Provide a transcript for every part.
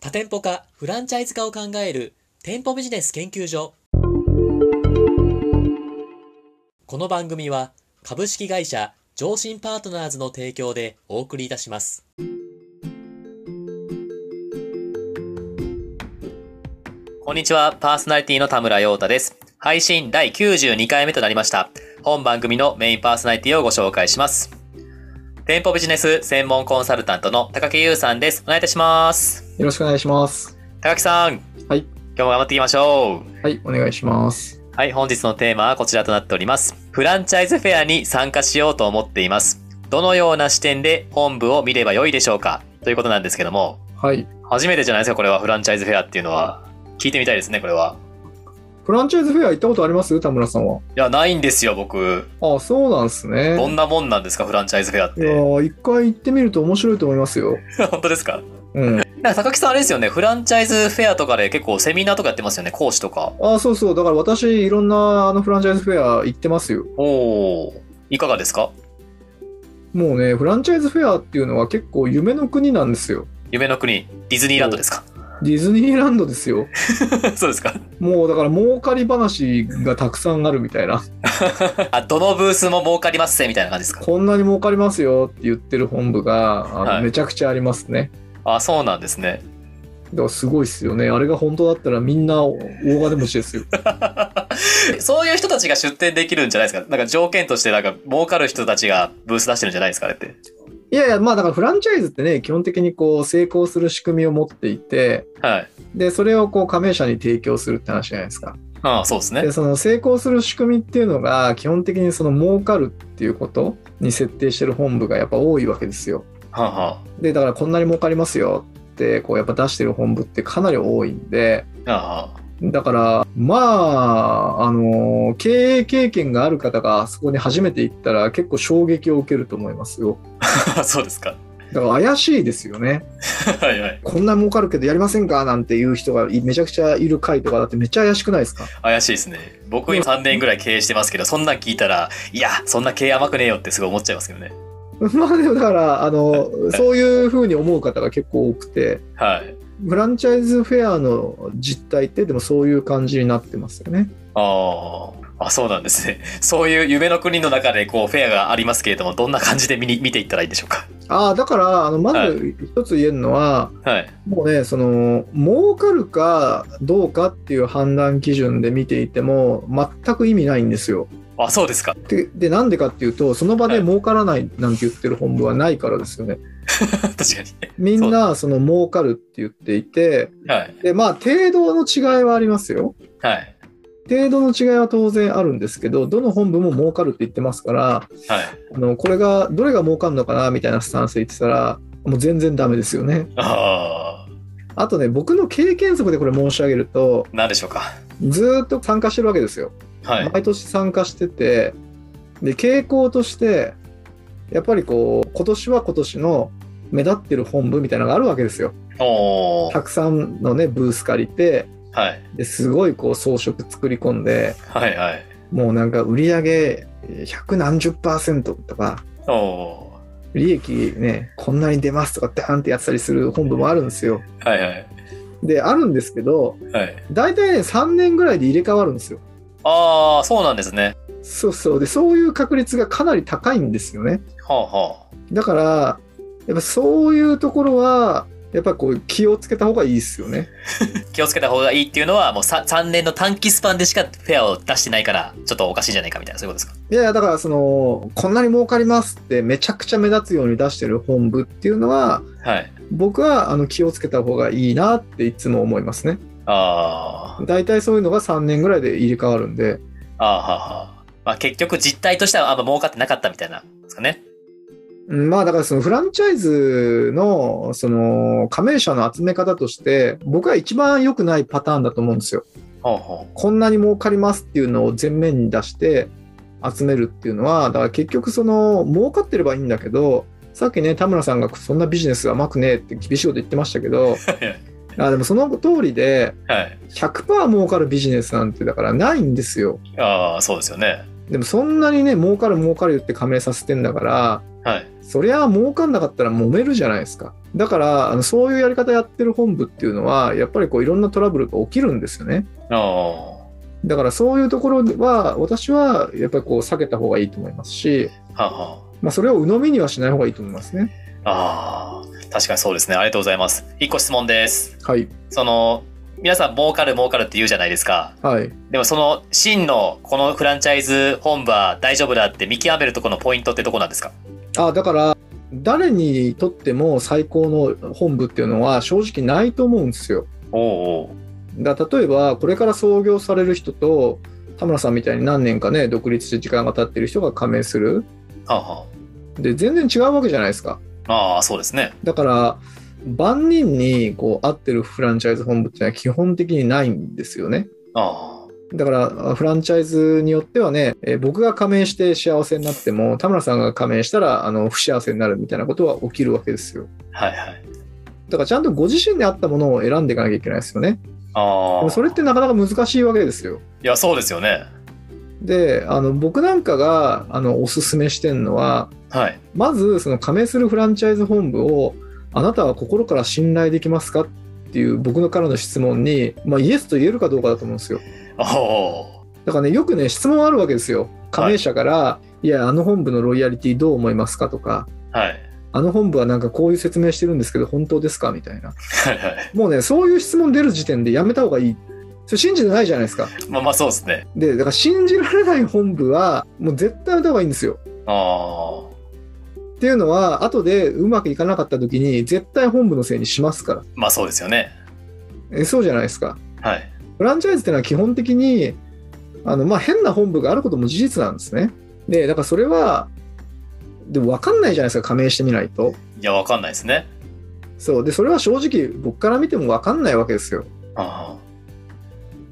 多店舗化、フランチャイズ化を考える店舗ビジネス研究所。この番組は株式会社上信パートナーズの提供でお送りいたします。こんにちは、パーソナリティの田村陽太です。配信第92回目となりました。本番組のメインパーソナリティをご紹介します。店舗ビジネス専門コンサルタントの高木優さんです。お願いいたします。よろしくお願いします。高木さん。はい今日も頑張っていきましょう。はい、お願いします。はい、本日のテーマはこちらとなっております。フランチャイズフェアに参加しようと思っています。どのような視点で本部を見ればよいでしょうかということなんですけども、はい。初めてじゃないですか、これはフランチャイズフェアっていうのは。聞いてみたいですね、これは。フランチャイズフェア行ったことあります田村さんは。いや、ないんですよ、僕。ああ、そうなんですね。どんなもんなんですか、フランチャイズフェアっいやて。ー一回行ってみると面白いと思いますよ。 本当ですかうん。なんか高木さんあれですよね、フランチャイズフェアとかで結構セミナーとかやってますよね、講師とか。ああ、そうそう。だから私、いろんなあのフランチャイズフェア行ってますよ。おー、いかがですかもうね、フランチャイズフェアっていうのは結構夢の国なんですよ。夢の国、ディズニーランドですか ディズニーランドですよ。そうですかもうだから儲かり話がたくさんあるみたいな。 あ、どのブースも儲かりますぜ、みたいな感じですかこんなに儲かりますよって言ってる本部が、あのはいめちゃくちゃありますね。あ、そうなんですね。だからすごいっすよね。あれが本当だったらみんな大金持ちですよ。 そういう人たちが出店できるんじゃないですかなんか条件としてなんか儲かる人たちがブース出してるんじゃないですかあれって。いやいや、まあだからフランチャイズってね、基本的にこう成功する仕組みを持っていて、はい。で、それをこう加盟者に提供するって話じゃないですか。あそうですねで、。その成功する仕組みっていうのが、基本的にその儲かるっていうことに設定してる本部がやっぱ多いわけですよ。はあ、はで、だからこんなに儲かりますよって、こうやっぱ出してる本部ってかなり多いんで、あ、はあはだから、まあ、あの、経営経験がある方があそこに初めて行ったら結構衝撃を受けると思いますよ。あ、 そうですか。だから怪しいですよね。はいはい。こんな儲かるけどやりませんかなんていう人がいめちゃくちゃいる回とかだってめっちゃ怪しくないですか 怪しいですね。僕今3年ぐらい経営してますけど、そんなん聞いたら、いや、そんな経営甘くねえよってすごい思っちゃいますけどね。まあでもだからあのいそういうふうに思う方が結構多くてはい。フランチャイズフェアの実態ってでもそういう感じになってますよね。ああ。あ、そうなんですね。そういう夢の国の中でこうフェアがありますけれども、どんな感じで見に見ていったらいいんでしょうか。ああだからあのまはず一つ言えるのは、はい。もうねその儲かるかどうかっていう判断基準で見ていても全く意味ないんですよ。あ、そうですか。 ででなんでかっていうとその場はでい儲からないなんて言ってる本部はないからですよね。確かに。みんなその儲かるって言っていて、はい。でまあ程度の違いはありますよ。はい。程度の違いは当然あるんですけど、どの本部も儲かるって言ってますから、はい。あのこれがどれが儲かるのかなみたいなスタンスで言ってたら、もう全然ダメですよね。ああ。あとね、僕の経験則でこれ申し上げると、なんでしょうか。ずーっと参加してるわけですよ。はい。毎年参加してて、で傾向として、やっぱりこう、今年は今年の目立ってる本部みたいなのがあるわけですよ。おお。たくさんのね、ブース借りて、はい。ですごいこう装飾作り込んではいはい。もうなんか売り上げ百何十パーセントとかおお利益ねこんなに出ますとかダーンってやってたりする本部もあるんですよー。はいはい。であるんですけどはい。大体ね3年ぐらいで入れ替わるんですよああ、そうなんですね。そうそうでそういう確率がかなり高いんですよねはあはだからやっぱそういうところはやっぱこう気をつけた方がいいですよねあ。気をつけた方がいいっていうのは、もう 3, 3年の短期スパンでしかフェアを出してないから、ちょっとおかしいんじゃないかみたいな、そういうことですか。いやいやだからそのこんなに儲かりますってめちゃくちゃ目立つように出してる本部っていうのははい。僕はあの気をつけた方がいいなっていつも思いますね。ああ。大体そういうのが3年ぐらいで入れ替わるんで、ああはあはあ。まあ結局実態としてはあんま儲かってなかったみたいなんですかね。うんまあだからそのフランチャイズのその加盟者の集め方として、僕は一番良くないパターンだと思うんですよ。ほうほこんなに儲かりますっていうのを前面に出して集めるっていうのは、だから結局その儲かってればいいんだけど、さっきね、田村さんがそんなビジネス甘くねえって厳しいこと言ってましたけど、 あでもその通りで、う。はい。 100%儲かるビジネスなんてだからないんですよ。ああ、そうですよね。でもそんなにね儲かる儲かるって加盟させてんだからはい。そりゃ儲かんなかったら揉めるじゃないですかだからあのそういうやり方やってる本部っていうのはやっぱりこういろんなトラブルが起きるんですよねおだからそういうところは私はやっぱりこう避けた方がいいと思いますし、ーはあはまあ、それを鵜呑みにはしない方がいいと思いますねああー確かにそうですねありがとうございます一個質問ですはいその皆さん儲かる儲かるって言うじゃないですかはいでもその真のこのフランチャイズ本部は大丈夫だって見極めるとこのポイントってとこなんですかあだから誰にとっても最高の本部っていうのは正直ないと思うんですよおおうだ例えばこれから創業される人と田村さんみたいに何年かね独立して時間が経ってる人が加盟するおうはで全然違うわけじゃないですかあはああーそうですねだから万人にこう合ってるフランチャイズ本部っていうのは基本的にないんですよねあだからフランチャイズによってはね、えー僕が加盟して幸せになっても田村さんが加盟したらあの不幸せになるみたいなことは起きるわけですよあはいはいだからちゃんとご自身に合ったものを選んでいかなきゃいけないですよねであもあそれってなかなか難しいわけですよいやそうですよねであの僕なんかがあのおすすめしてるのははいまずその加盟するフランチャイズ本部をあなたは心から信頼できますかっていう僕のからの質問に、まあ、イエスと言えるかどうかだと思うんですよおおだからねよくね質問あるわけですよ加盟者から、い、やあの本部のロイヤリティどう思いますかとかーはいあの本部はなんかこういう説明してるんですけど本当ですかみたいなはいはいもうねそういう質問出る時点でやめた方がいいそれ信じてないじゃないですかまあまあそうですねでだから信じられない本部はもう絶対やめた方がいいんですよああっていうのは後でうまくいかなかった時に絶対本部のせいにしますからまあそうですよねえそうじゃないですかはいフランチャイズっていうのは基本的にあの、まあ、変な本部があることも事実なんですねでだからそれはでも分かんないじゃないですか加盟してみないといやわかんないですねそうでそれは正直僕から見ても分かんないわけですよあ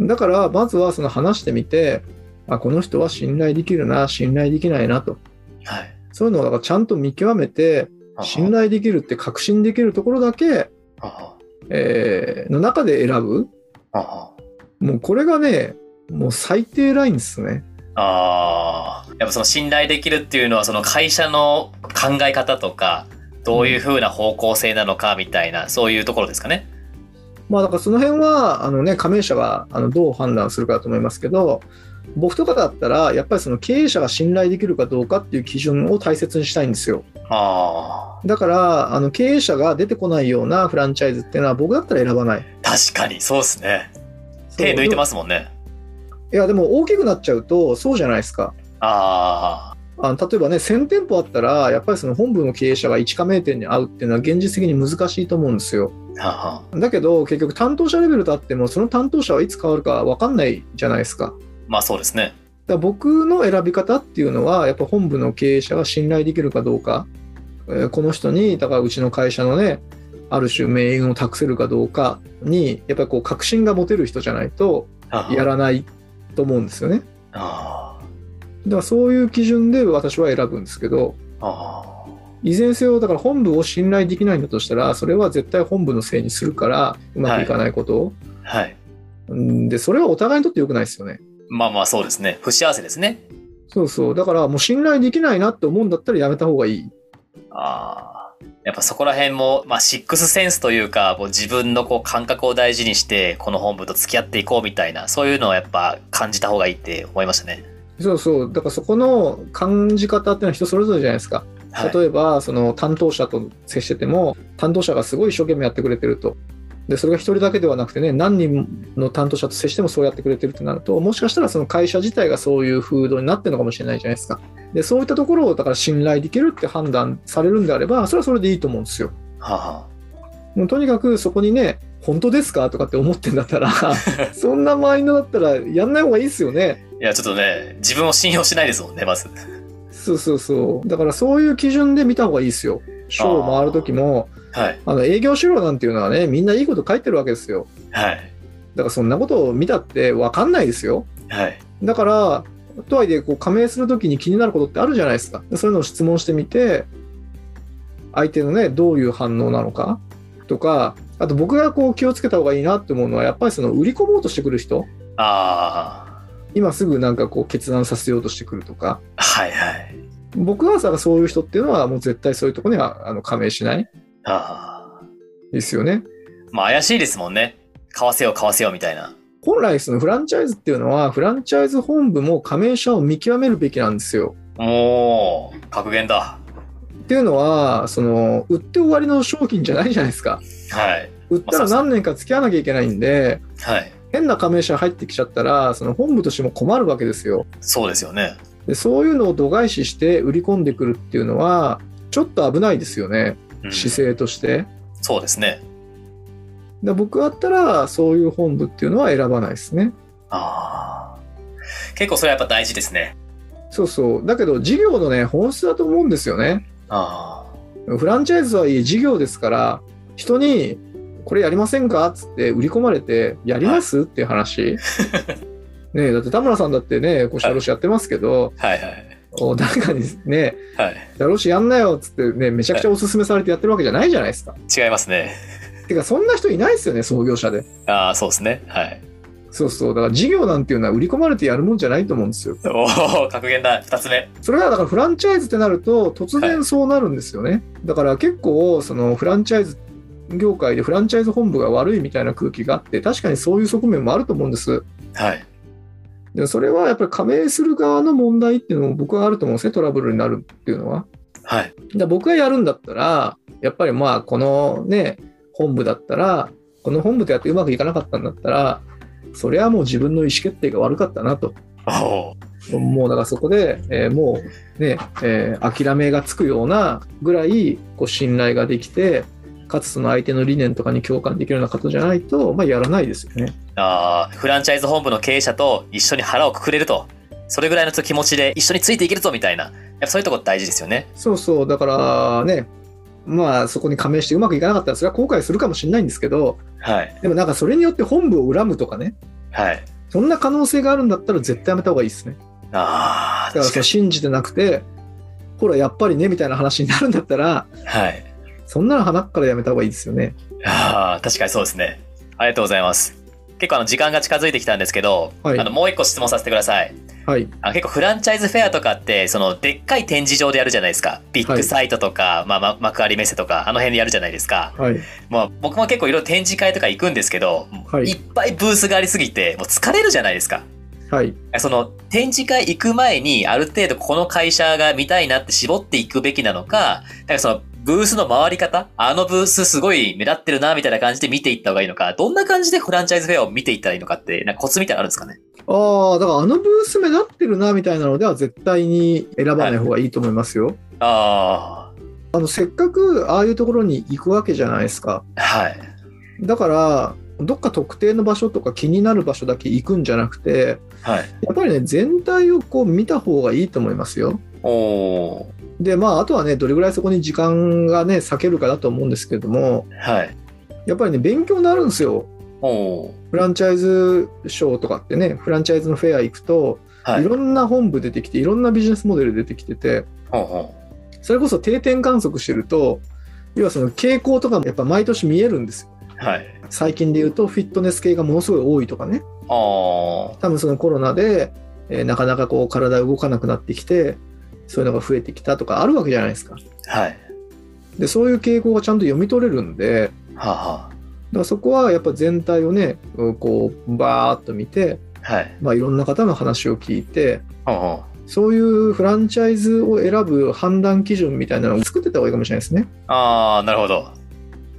だからまずはその話してみてあこの人は信頼できるな信頼できないなとあはいそういうのをだからちゃんと見極めてああ信頼できるって確信できるところだけ、あえーの中で選ぶああもうこれがね、もう最低ラインですね。ああ、やっぱその信頼できるっていうのはその会社の考え方とか、どういう風な方向性なのかみたいな、そういうところですかね。まあだからその辺は、あのね、加盟者があのどう判断するかだと思いますけど、僕とかだったら、やっぱりその経営者が信頼できるかどうかっていう基準を大切にしたいんですよ。ああ、だから、あの経営者が出てこないようなフランチャイズっていうのは僕だったら選ばない。確かにそうですね。手抜いてますもんね。すいや、でも大きくなっちゃうと、そうじゃないですか。ああの例えばね、1000店舗あったら、やっぱりその本部の経営者が1加盟店に会うっていうのは現実的に難しいと思うんですよ。あ、はあ、だけど結局担当者レベルとあってもその担当者はいつ変わるか分かんないじゃないですか。だかまあそうですね。ら僕の選び方っていうのはやっぱ本部の経営者が信頼できるかどうか、えーこの人にだからうちの会社のねある種命運を託せるかどうかにやっぱりこう確信が持てる人じゃないとはあやらないと思うんですよね。あだからそういう基準で私は選ぶんですけどあ、あいずれにせよだから本部を信頼できないんだとしたらそれは絶対本部のせいにするからうまくいかないことを。あ、はい。うんでそれはお互いにとって良くないですよね。まあまあそうですね。不幸せですね。そうそうだからもう信頼できないなって思うんだったらやめた方がいい。ああ。やっぱそこら辺も、まあ、シックスセンスというか、こう自分のこう感覚を大事にして、この本部と付き合っていこうみたいな、そういうのをやっぱ感じた方がいいって思いましたね。そうそうだからそこの感じ方っていうのは人それぞれじゃないですか。はい、例えばその担当者と接してても担当者がすごい一生懸命やってくれてると。でそれが一人だけではなくてね何人の担当者と接してもそうやってくれてるってなるともしかしたらその会社自体がそういう風土になってるのかもしれないじゃないですかでそういったところをだから信頼できるって判断されるんであればそれはそれでいいと思うんですよはあはもうとにかくそこにね、本当ですかとかって思ってんだっ たら、そんなマインドだったらやんない方がいいですよね。あ、いやちょっとね自分を信用しないですもんねまずそうそうそう。だからそういう基準で見た方がいいですよ。ショーを回る時も、はいあの営業資料なんていうのはね、みんないいこと書いてるわけですよ。はいだからそんなことを見たって分かんないですよ。はいだから、とはいえこう加盟するときに気になることってあるじゃないですか。そういうのを質問してみて、相手のね、どういう反応なのかとか、あと僕がこう気をつけた方がいいなって思うのは、やっぱりその売り込もうとしてくる人、あ今すぐなんかこう決断させようとしてくるとか、あはいはい僕はさ、そういう人っていうのはもう絶対そういうとこにはあの加盟しない。あですよね。まあ怪しいですもんね。買わせよう買わせようみたいな。本来そのフランチャイズっていうのはフランチャイズ本部も加盟者を見極めるべきなんですよ。おー、格言だ。っていうのはその売って終わりの商品じゃないじゃないですか。はい。売ったら何年か付き合わなきゃいけないんではい。変な加盟者入ってきちゃったらその本部としても困るわけですよ。そうですよね。でそういうのを度外視して売り込んでくるっていうのはちょっと危ないですよねうん、姿勢として。そうですね。で僕だったらそういう本部っていうのは選ばないですね。あー結構それはやっぱ大事ですね。そうそうだけど事業のね本質だと思うんですよね。あフランチャイズはいい事業ですから人にこれやりませんかっつって売り込まれてやりますっていう話ねえだって田村さんだってねこうシャロシやってますけど、ーはいはい。お誰かにねはい。シャロシやんなよっつってねめちゃくちゃおすすめされてやってるわけじゃないじゃないですか違いますね。てかそんな人いないですよね創業者でああ、そうですね。はい。そうそうだから事業なんていうのは売り込まれてやるもんじゃないと思うんですよおお、格言だ。二つ目。それはだからフランチャイズってなると突然そうなるんですよね、だから結構そのフランチャイズ業界でフランチャイズ本部が悪いみたいな空気があって確かにそういう側面もあると思うんですはい。でもそれはやっぱり加盟する側の問題っていうのも僕はあると思うんですねトラブルになるっていうのははい。で僕がやるんだったらやっぱりまあこのね本部だったらこの本部とやってうまくいかなかったんだったらそれはもう自分の意思決定が悪かったなとおお。もうだからそこで、えーもうね、えー諦めがつくようなぐらいこう信頼ができて、かつその相手の理念とかに共感できるような方じゃないと、まあ、やらないですよね。ああ、フランチャイズ本部の経営者と一緒に腹をくくれると。それぐらいの気持ちで一緒についていけるぞみたいな。やっぱそういうとこ大事ですよね。そうそう、だからね、まあそこに加盟してうまくいかなかったら、それは後悔するかもしれないんですけど、はい。でもなんかそれによって本部を恨むとかね、はい。そんな可能性があるんだったら絶対やめた方がいいですね。ああ、だか確らそかの信じてなくて、ほら、やっぱりねみたいな話になるんだったら、に。はい。そんなの鼻からやめた方がいいですよね。ああ、確かにそうですね。ありがとうございます。結構あの時間が近づいてきたんですけど、はいあのもう一個質問させてください。はい、あ結構フランチャイズフェアとかってそのでっかい展示場でやるじゃないですかビッグサイトとか、まあま、幕張メッセとかあの辺でやるじゃないですか、はい、まあ、僕も結構いろいろ展示会とか行くんですけど、はいい、っぱいブースがありすぎてもう疲れるじゃないですかはい。その展示会行く前にある程度この会社が見たいなって絞っていくべきなのかなんかそのブースの回り方あのブースすごい目立ってるなみたいな感じで見ていった方がいいのかどんな感じでフランチャイズフェアを見ていったらいいのかってなんかコツみたいなのあるんですかねああ、だからあのブース目立ってるなみたいなのでは絶対に選ばない方がいいと思いますよ。ああのせっかくああいうところに行くわけじゃないですか。あはいだからどっか特定の場所とか気になる場所だけ行くんじゃなくて、はいやっぱりね、全体をこう見た方がいいと思いますよ。おおで、まあ、あとはね、どれぐらいそこに時間がね、割けるかだと思うんですけども、ーはいやっぱりね、勉強になるんですよ。おおフランチャイズショーとかってね、フランチャイズのフェア行くと、、はいい。ろんな本部出てきて、いろんなビジネスモデル出てきてて、ほうほそれこそ定点観測してると、要はその傾向とかもやっぱ毎年見えるんですよ。う。はい。最近で言うと、フィットネス系がものすごい多いとかね、あ多分そのコロナで、えーなかなかこう体動かなくなってきて、そういうのが増えてきたとかあるわけじゃないですか。あ。はい。で、そういう傾向がちゃんと読み取れるんで、はあ、はだからそこはやっぱ全体をね、うんこう、バーっと見て、あ。はい。まあ、いろんな方の話を聞いて、ほうほそういうフランチャイズを選ぶ判断基準みたいなのを作ってた方がいいかもしれないですね。う。ああ、なるほど。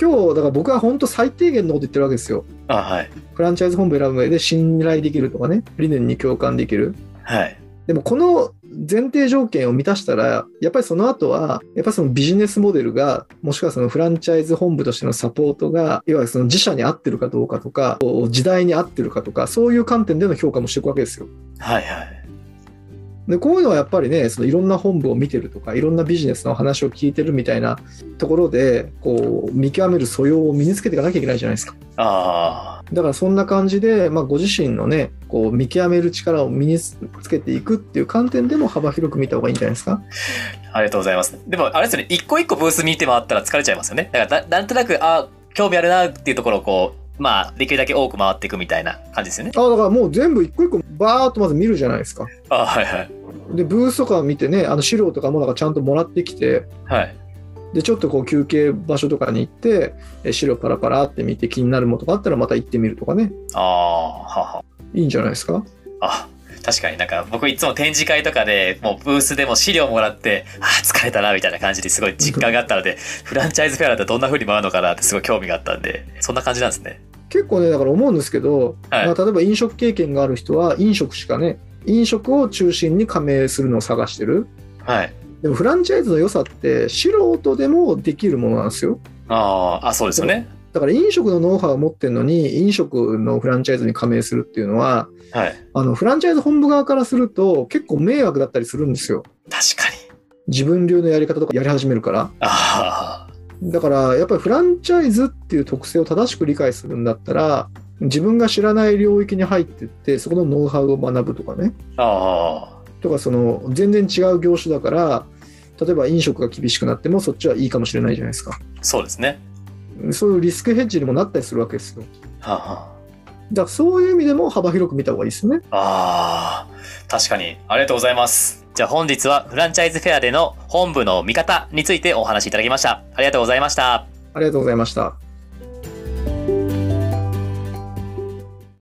今日だから僕は本当最低限のこと言ってるわけですよあはい。フランチャイズ本部選ぶ上で信頼できるとかね理念に共感できるはい。でもこの前提条件を満たしたらやっぱりその後はやっぱりそのビジネスモデルがもしくはそのフランチャイズ本部としてのサポートがいわゆるその自社に合ってるかどうかとかこう時代に合ってるかとかそういう観点での評価もしていくわけですよはいはい。でこういうのはやっぱりねそのいろんな本部を見てるとかいろんなビジネスの話を聞いてるみたいなところでこう見極める素養を身につけていかなきゃいけないじゃないですかあだからそんな感じで、まあ、ご自身のねこう見極める力を身につけていくっていう観点でも幅広く見た方がいいんじゃないですかあ。ありがとうございます。でも、あれですよね。一個一個ブース見て回ったら疲れちゃいますよね。だからな、なんとなく、あ興味あるなっていうところをこう、まあ、できるだけ多く回っていくみたいな感じですよね。あだからもう全部一個一個バーっとまず見るじゃないですかああ、はいはい。でブースとか見てねあの資料とかもなんかちゃんともらってきてはい。でちょっとこう休憩場所とかに行ってえー資料パラパラって見て気になるものとかあったらまた行ってみるとかねああ、ははいいんじゃないですかあ。確かになんか僕いつも展示会とかでもうブースでも資料もらって、あー疲れたなみたいな感じですごい実感があったので、 フランチャイズフェアだとどんな風に回るのかなってすごい興味があったんで、そんな感じなんですね。結構ねだから思うんですけど、はいまあ、例えば飲食経験がある人は飲食しかね飲食を中心に加盟するのを探してるはい。でもフランチャイズの良さって素人でもできるものなんですよあーあ、そうですよね。だから飲食のノウハウを持ってるのに飲食のフランチャイズに加盟するっていうのははい。あのフランチャイズ本部側からすると結構迷惑だったりするんですよ確かに。自分流のやり方とかやり始めるからあだからやっぱりフランチャイズっていう特性を正しく理解するんだったら自分が知らない領域に入ってってそこのノウハウを学ぶとかねあ、あとかその全然違う業種だから例えば飲食が厳しくなってもそっちはいいかもしれないじゃないですかあ、そうですね。そういうリスクヘッジにもなったりするわけですよはあ、はあ。だからそういう意味でも幅広く見た方がいいですねあー確かにありがとうございますじゃあ本日はフランチャイズフェアでの本部の見方についてお話しいただきましたありがとうございましたありがとうございました